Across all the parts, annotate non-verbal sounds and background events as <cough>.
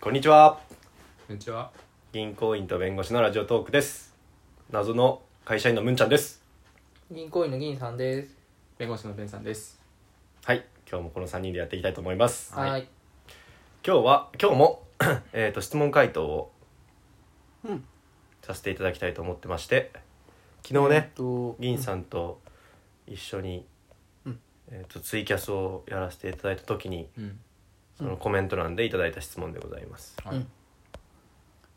こんにちはこんにちは。銀行員と弁護士のラジオトークです謎の会社員のむんちゃんです銀行員の銀さんです。弁護士のベンさんです。はい今日もこの3人でやっていきたいと思いますはい。今日は今日も <coughs> えーと質問回答をさせていただきたいと思ってまして昨日ね、と銀さんと一緒に、うんえー、とツイキャスをやらせていただいた時にうん。そのコメント欄でいただいた質問でございます、はい。うん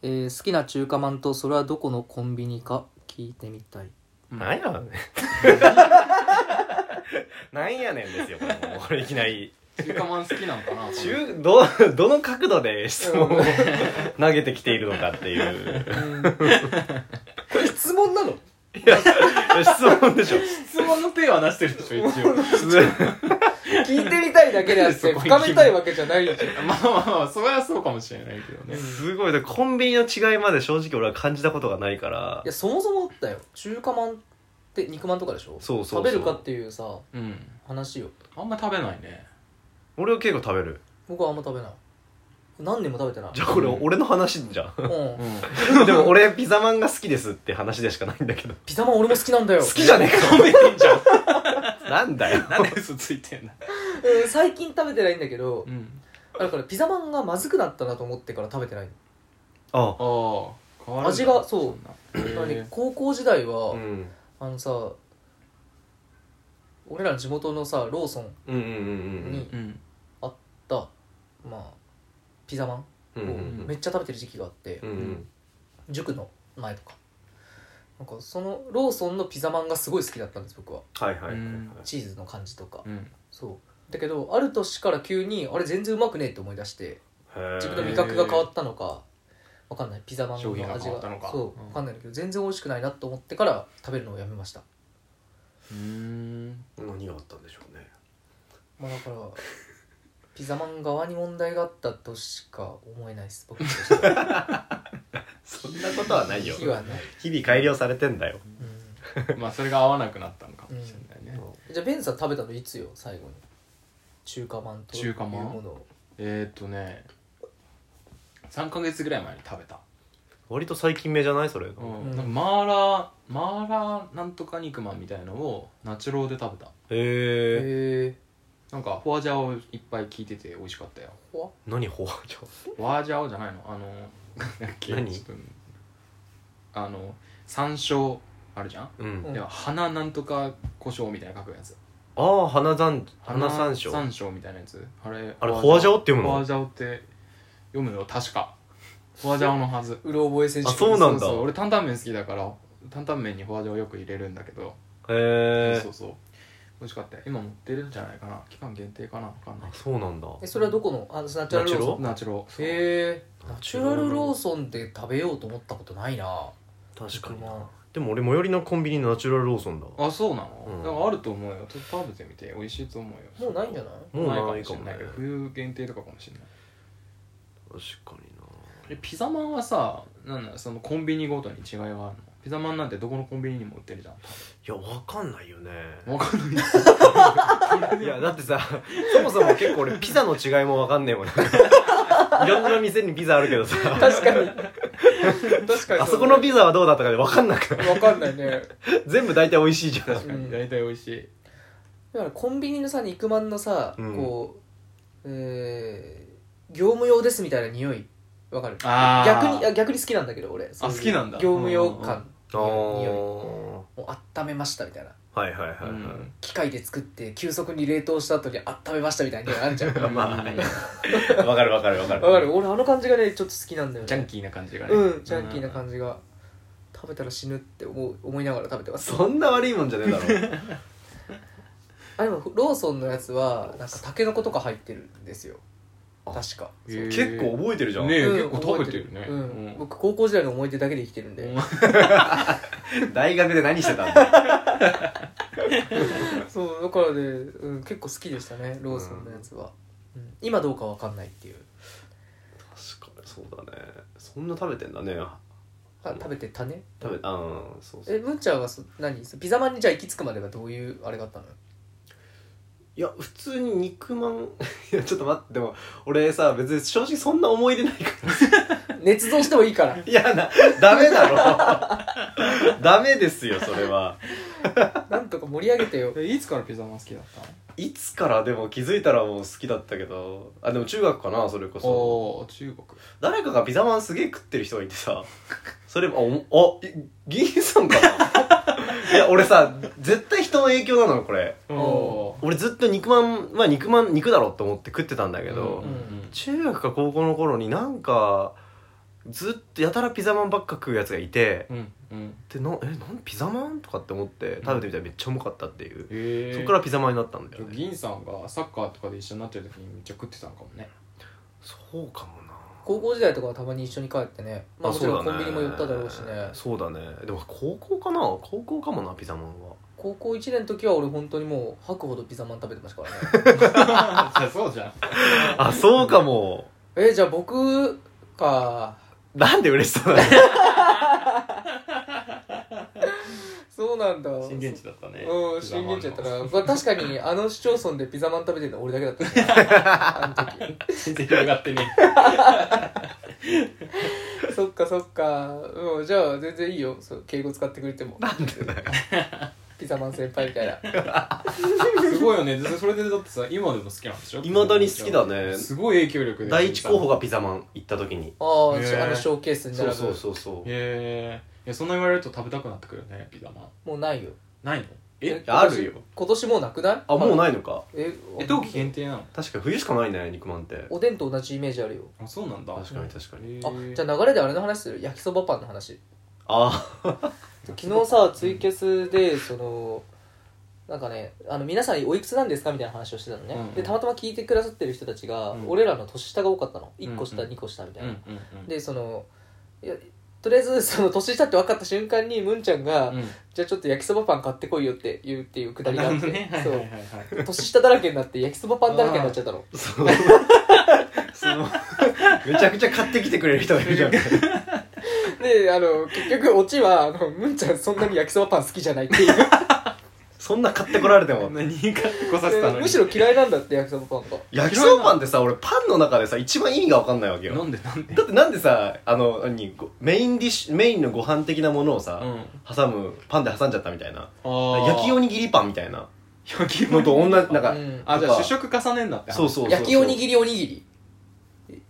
えー好きな中華まんとそれはどこのコンビニか聞いてみたい。うんなんやねん <laughs> なんやねんですよこれもうこれいきなり中華まん好きなのかな。中ど <laughs> どの角度で質問を <laughs> 投げてきているのかっていうこれ質問なの？質問でしょ質問の手は出してるでし <laughs> ょ、一応。聞いてみたいだけであっそ <laughs> てこに深めたいわけじゃないじゃん。まあまあまあ、それはそうかもしれないけどね。すごいでコンビニの違いまで正直俺は感じたことがないからいやそもそもだよ。中華まんって肉まんとかでしょ？そうそうそう食べるかっていうさうん。話よ。あんま食べないね。俺は結構食べる僕はあんま食べない。何年も食べてないじゃ。あこれうん俺の話じゃん <laughs> うん。うでも俺ピザマンが好きですって話でしかないんだけどピザまん俺も好きなんだよ。好きじゃねえかおめえじゃんなんだよん。なんで嘘ついてんだ。うん最近食べてないんだけどう、ん。だからピザまんがまずくなったなと思ってから食べてない。あああ。変わるんだ味がそうんな。なのへで高校時代は、うんあのさ俺らの地元のさローソンうんうんうんにえうん。だ、まあ、ピザマンをうんうんうんめっちゃ食べてる時期があって、うんうん塾の前とかなんかそのローソンのピザマンがすごい好きだったんです僕ははいはいはいはいうんチーズの感じとか、うん。そうだけどある年から急にあれ全然うまくねえって思い出してへー自分の味覚が変わったのかわかんないピザマンの商味品がが変わったのかそううんわかんないんだけど全然美味しくないなと思ってから食べるのをやめましたうん。何があったんでしょうねまあだからピザマン側に問題があったとしか思えないです僕としてはそんなことはないよ非はない、日々改良されてんだようまあ、それが合わなくなったのかもしれないね。ん、じゃあベンさん食べたのいつよ最後に中華まんという中華まんものをえーっとね。三ヶ月ぐらい前に食べた。割と最近目じゃないそれううんん。なんかマーラー、マーラーなんとか肉まんみたいのをナチュローで食べた。へえへえなんかフォアジャオいっぱい聞いてて美味しかったよ何ほわちゃフォアジャオじゃないのあのなんだっけ何ちょっとあの山椒あるじゃん、ううんんでは花なんとか胡椒みたいな書くやつああ花山花山椒山椒みたいなやつあれあれフォアジャオって読むのフォアジャオって読むの確かフォアジャオのはずうろ覚え選手あそうなんだそうそう俺担々麺好きだから担々麺にフォアジャオよく入れるんだけど、へそえうそうそう美味しかったよ今持ってるんじゃないかな期間限定かなわかんないそうなんだえそれはどこのあナチュラルローソナンナチュロへえナナチチュュララルロールローソンで食べようと思ったことないな確かにまあでも俺最寄りのコンビニナチュラルローソンだわあそうなうんの、だからあると思うよちょっと食べてみて美味しいと思うよもうないんじゃ <laughs> ないもうないかかももししれれなないいけけどど冬限定とかかもしれない確かになえピザマンはさなんだそのコンビニごとに違いはあるのピザマンなんてどこのコンビニにも売ってるじゃんいやわかんないよねわかんないいやだってさそもそも結構俺ピザの違いもわかんねえもんねいろんな店にピザあるけどさ確かに確かにあそこのピザはどうだったかでわかんなくないわかんないね全部大体美味しいじゃん確かに大体美味しいだからコンビニのさ肉まんのさ、うんこう、えー、業務用ですみたいな匂いわかるあー逆にあ逆に好きなんだけど俺そういう好きなんだ業務用感あの匂ーいもう温めましたみたいなはいはいはいはうい、ん機械で作って急速に冷凍した後に温めましたみたいな匂いある <laughs> じゃんわまあわかるわかるわかるかる俺あの感じがねちょっと好きなんだよねジャンキーな感じがねうんジャンキーな感じが食べたら死ぬって思う思いながら食べてますそんな悪いもんじゃねえだろあでもローソンのやつはなんかタケノコとか入ってるんですよ確かへー <laughs> 結構覚えてるじゃん、ねえうん結構食べてるねうんうん僕高校時代の思い出だけで生きてるんで、大学で何して <laughs> たんだ <laughs> そうだからね、うん、結構好きでしたねローソンのやつは、うん今どうかわかんないっていう確かにそうだねそんな食べてんだねあ食べてたね食べあーそうそうえむんちゃんはそ何そピザマンにじゃあ行き着くまではどういうあれがあったのいや普通に肉まん <laughs> いやちょっと待ってでも俺さ別に正直そんな思い出ないから <laughs> 捏造してもいいからいやなダメだろ <laughs> ダメですよそれは <laughs> なんとか盛り上げてよえいつからピザマン好きだったのいつからでも気づいたらもう好きだったけどあでも中学かなそれこそおお中国誰かがピザマンすげえ食ってる人がいてさそれあおあい議員さんかな <laughs> いや俺さ絶対人の影響なのよこれおおお俺ずっと肉まんまあ肉まん肉だろって思って食ってたんだけど、うん中学か高校の頃になんかずっとやたらピザマンばっか食うやつがいて、うんうんでなえなんピザマンとかって思って食べてみたらめっちゃうまかったっていう、へえそっからピザマンになったんだよね銀さんがサッカーとかで一緒になってる時にめっちゃ食ってたのかもねそうかもな高校時代とかはたまに一緒に帰ってねまああそもちうろだんコンビニも寄っただろうしねそうだねでも高校かな高校かもなピザマンは高校1年の時は俺本当にもう吐くほどピザマン食べてましたからね <laughs> じゃあ <laughs> そうじゃんあそうかもえじゃあ僕かなんで嬉しそうなのそうなんだ震源地だったねうん震源地やったら、まあ、確かにあの市町村でピザマン食べてるの俺だけだったね、あの時全然広がってねそっかそっかうんじゃあ全然いいよそう敬語使ってくれてもなんでだよピザマン先輩みたいなすごいよねそれでだってさ今でも好きなんでしょ未だに好きだねすごい影響力で第一候補がピザマン行った時にああ、へしーあのショーケースにそ並うぶそうそうそうへえそんな言われると食べたくなってくるよねピザマンもうないよないのえあるよ今年もうなくないあもういないのかええ冬季限定なの確か冬しかないね肉まんっておでんと同じイメージあるよあそうなんだ確かに確かににあじゃあ流れであれの話する焼きそばパンの話あ昨日さツイキャスでそのなんかねあの皆さんおいくつなんですかみたいな話をしてたのね、うんうんでたまたま聞いてくださってる人たちが、うん俺らの年下が多かったの1個下、うんうん2個下みたいうんな、うんうんでそのいやとりあえずその年下って分かった瞬間にむんちゃんが、うんじゃあちょっと焼きそばパン買ってこいよって言うっていうくだりがなあるっほて、どねはいはいそはういはい年下だらけになって焼きそばパンだらけになっちゃったのあそうそのめちゃくちゃ買ってきてくれる人がいるじゃんであの結局オチはあのむんちゃんそんなに焼きそばパン好きじゃないっ <laughs> ていうそんな買ってこられても何かこさせたのでにむしろ嫌いなんだって焼きそばパンが焼きそばパンってさ俺パンの中でさ一番意味が分かんないわけなよんでなんでだってなんでさあの何ごメインディッシュメインのご飯的なものをさ、挟むパンで挟んじゃったみたいな焼きおににぎりパンみたいな焼きのと同じなんか、うんあじゃとあか主食重ねんだってそうそうそうそう焼きおにぎりおにぎり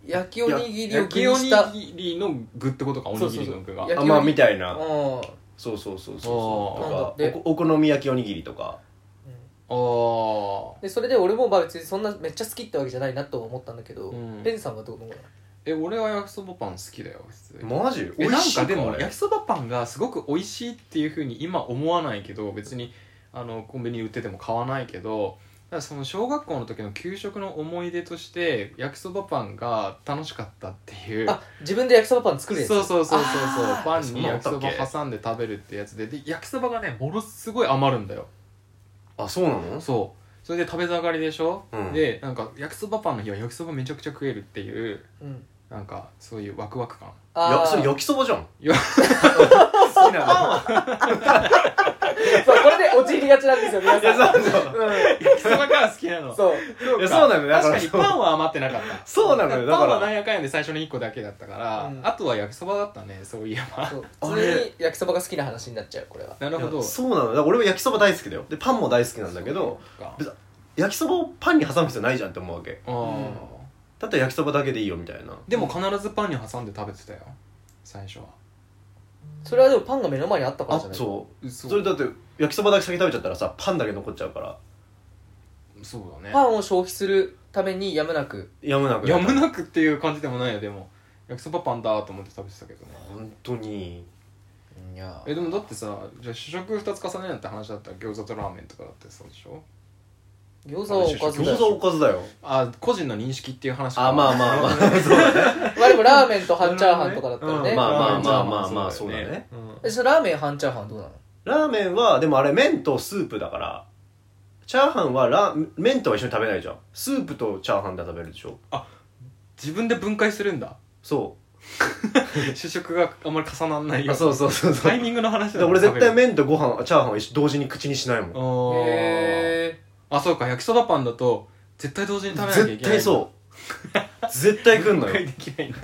焼きおにぎりを焼気きにおしたにぎりの具ってことかおにぎりの具がそうあそうそう焼きおにまあみたいうなんそうそうそうそうあーとかなんだおお好み焼きおにぎりとかああでそれで俺もまあ別にそんなめっちゃ好きってわけじゃないなとは思ったんだけど、うんペンさんはどう思うえ俺は焼きそばパン好きだよ普通にマジえ美な味んしいかかでもあれ焼きそばパンがすごく美味しいっていうふうに今思わないけど別にあのコンビニ売ってても買わないけどただその小学校の時の給食の思い出として焼きそばパンが楽しかったっていうあ自分で焼きそばパン作るやつそうそうそうそうそうあーパンに焼きそそんなばのあったっ挟んで食べるってやつでで焼きそばがねものすごい余るんだよあそうなのそうそれで食べ盛りでしょ、うんでなんか焼きそばパンの日は焼きそばめちゃくちゃ食えるっていううんなんかそういうワクワク感いあやあそれ焼きそばじゃんいや好きなのそうこれで陥りがちなんですよ皆いやさんそうそうう焼きそばが好きなのんそうそういやそうなのよだ確からかにパンは余ってなかったそうなのよだかパンはらなんやかんやで最初の1個だけだったから、うんあとは焼きそばだったねそういえばそうあ普れ通に焼きそばが好きな話になっちゃうこれはなるほいどや <laughs> そうなのよだから俺は焼きそば大好きだよでパンも大好きなんだけどそうか焼きそばをパンに挟む必要ないじゃんって思うわけあーうんだったら焼きそばだけでいいよみたいなでも必ずパンに挟んで食べてたよ最初はそれはでもパンが目の前にあったからあじゃないそう嘘それだって焼きそばだけ先食べちゃったらさパンだけ残っちゃうからそうだねパンを消費するためにやむなくやむなくやむくなくっていう感じでもないよでも焼きそばパンだと思って食べてたけどね本当にいやえでもだってさじゃあ主食2つ重ねるって話だったら餃子とラーメンとかだってそうでしょ餃子はおかずだ餃よ子はおかずだよあ個人の認識っていう話あまあまあまあそうだねまあでもラーメンと半チャーハンとかだったらね、うんまあまあラーメンチャーハンまあまあそうだよねうんえそのラーメン半チャーハンはどうなの <laughs> ラーメンはでもあれ麺とスープだからチャーハンはラ麺とは一緒に食べないじゃんスープとチャーハンで食べるでしょ自分で分解するんだそ主食があんまり重なんないうよあそうそうそうそタイうミングの話だだ俺絶対麺麺とご飯チャーハンを一緒同時に口にしないもんあーへえあそうか焼きそばパンだと絶対同時に食べなきゃいけない絶対そう絶対来んの分解 <laughs> よできない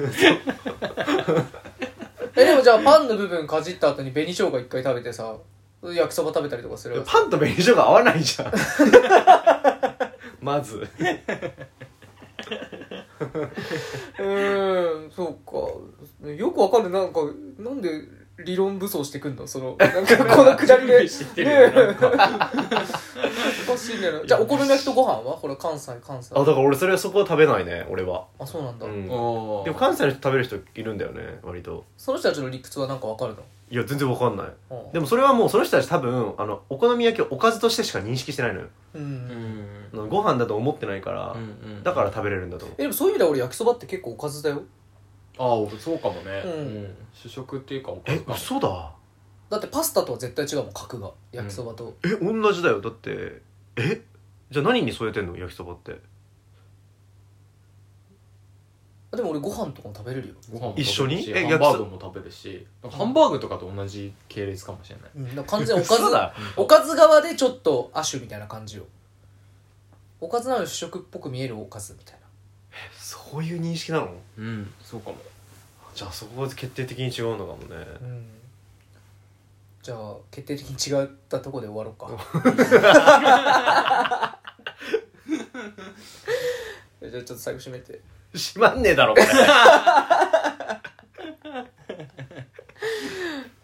えでもじゃあパンの部分かじった後に紅生姜一回食べてさ焼きそば食べたりとかするパンと紅生姜合わない <laughs> じゃんまずうーんそうかよくわかるなんかなんで理論武装してくんのそ <laughs> のなんかこのくだりで準備してるよ <laughs> なんかおかしいんだよなじゃあお好み焼きとご飯はこれ関西関西あだから俺それはそこは食べないね俺は、あそうなんだ、うん、でもおー関西の人食べる人いるんだよね割とその人たちの理屈はなんかわかるのいや全然わかんないああでもそれはもうその人たち多分あのお好み焼きをおかずとしてしか認識してないのよううんんあのご飯だと思ってないから、うんうんだから食べれるんだと思うえでもそういう意味では俺焼きそばって結構おかずだよああ俺そうかもね、うん主食っていうかおかえずかも嘘だだってパスタとは絶対違うもん格が焼きそばと、え同じだよだってえじゃあ何に添えてんの焼きそばってあでも俺ご飯とかも食べれるよ、ご飯も食べるし一緒にえハンバーグも食べるしハンバーグとかと同じ系列かもしれないうん、だから完全におか嘘ずだおかず側でちょっと亜種みたいな感じをおかずなのに主食っぽく見えるおかずみたいなそういう認識なのうんそうかもじゃあそこが決定的に違うのかもねうんじゃあ決定的に違ったとこで終わろうか <laughs> じゃあちょっと最後締めて閉まんねえだろこれ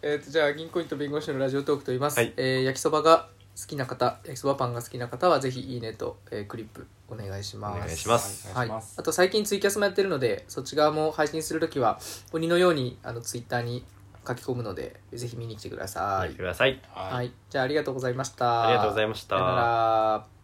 えー、とじゃあ銀行員と弁護士のラジオトークと言います、はいえー焼きそばが好きな方焼きそばパンが好きな方はぜひいいねと、えークリップお願いしますお願いしますおは願いい、しあますと最近ツイキャスもやってるのでそっち側も配信するときは鬼のようにあのツイッターに書き込むのでぜひ見に来てくださ、はいいくださいはい、じゃあありがとうございましたありがとうございましいましさよなたら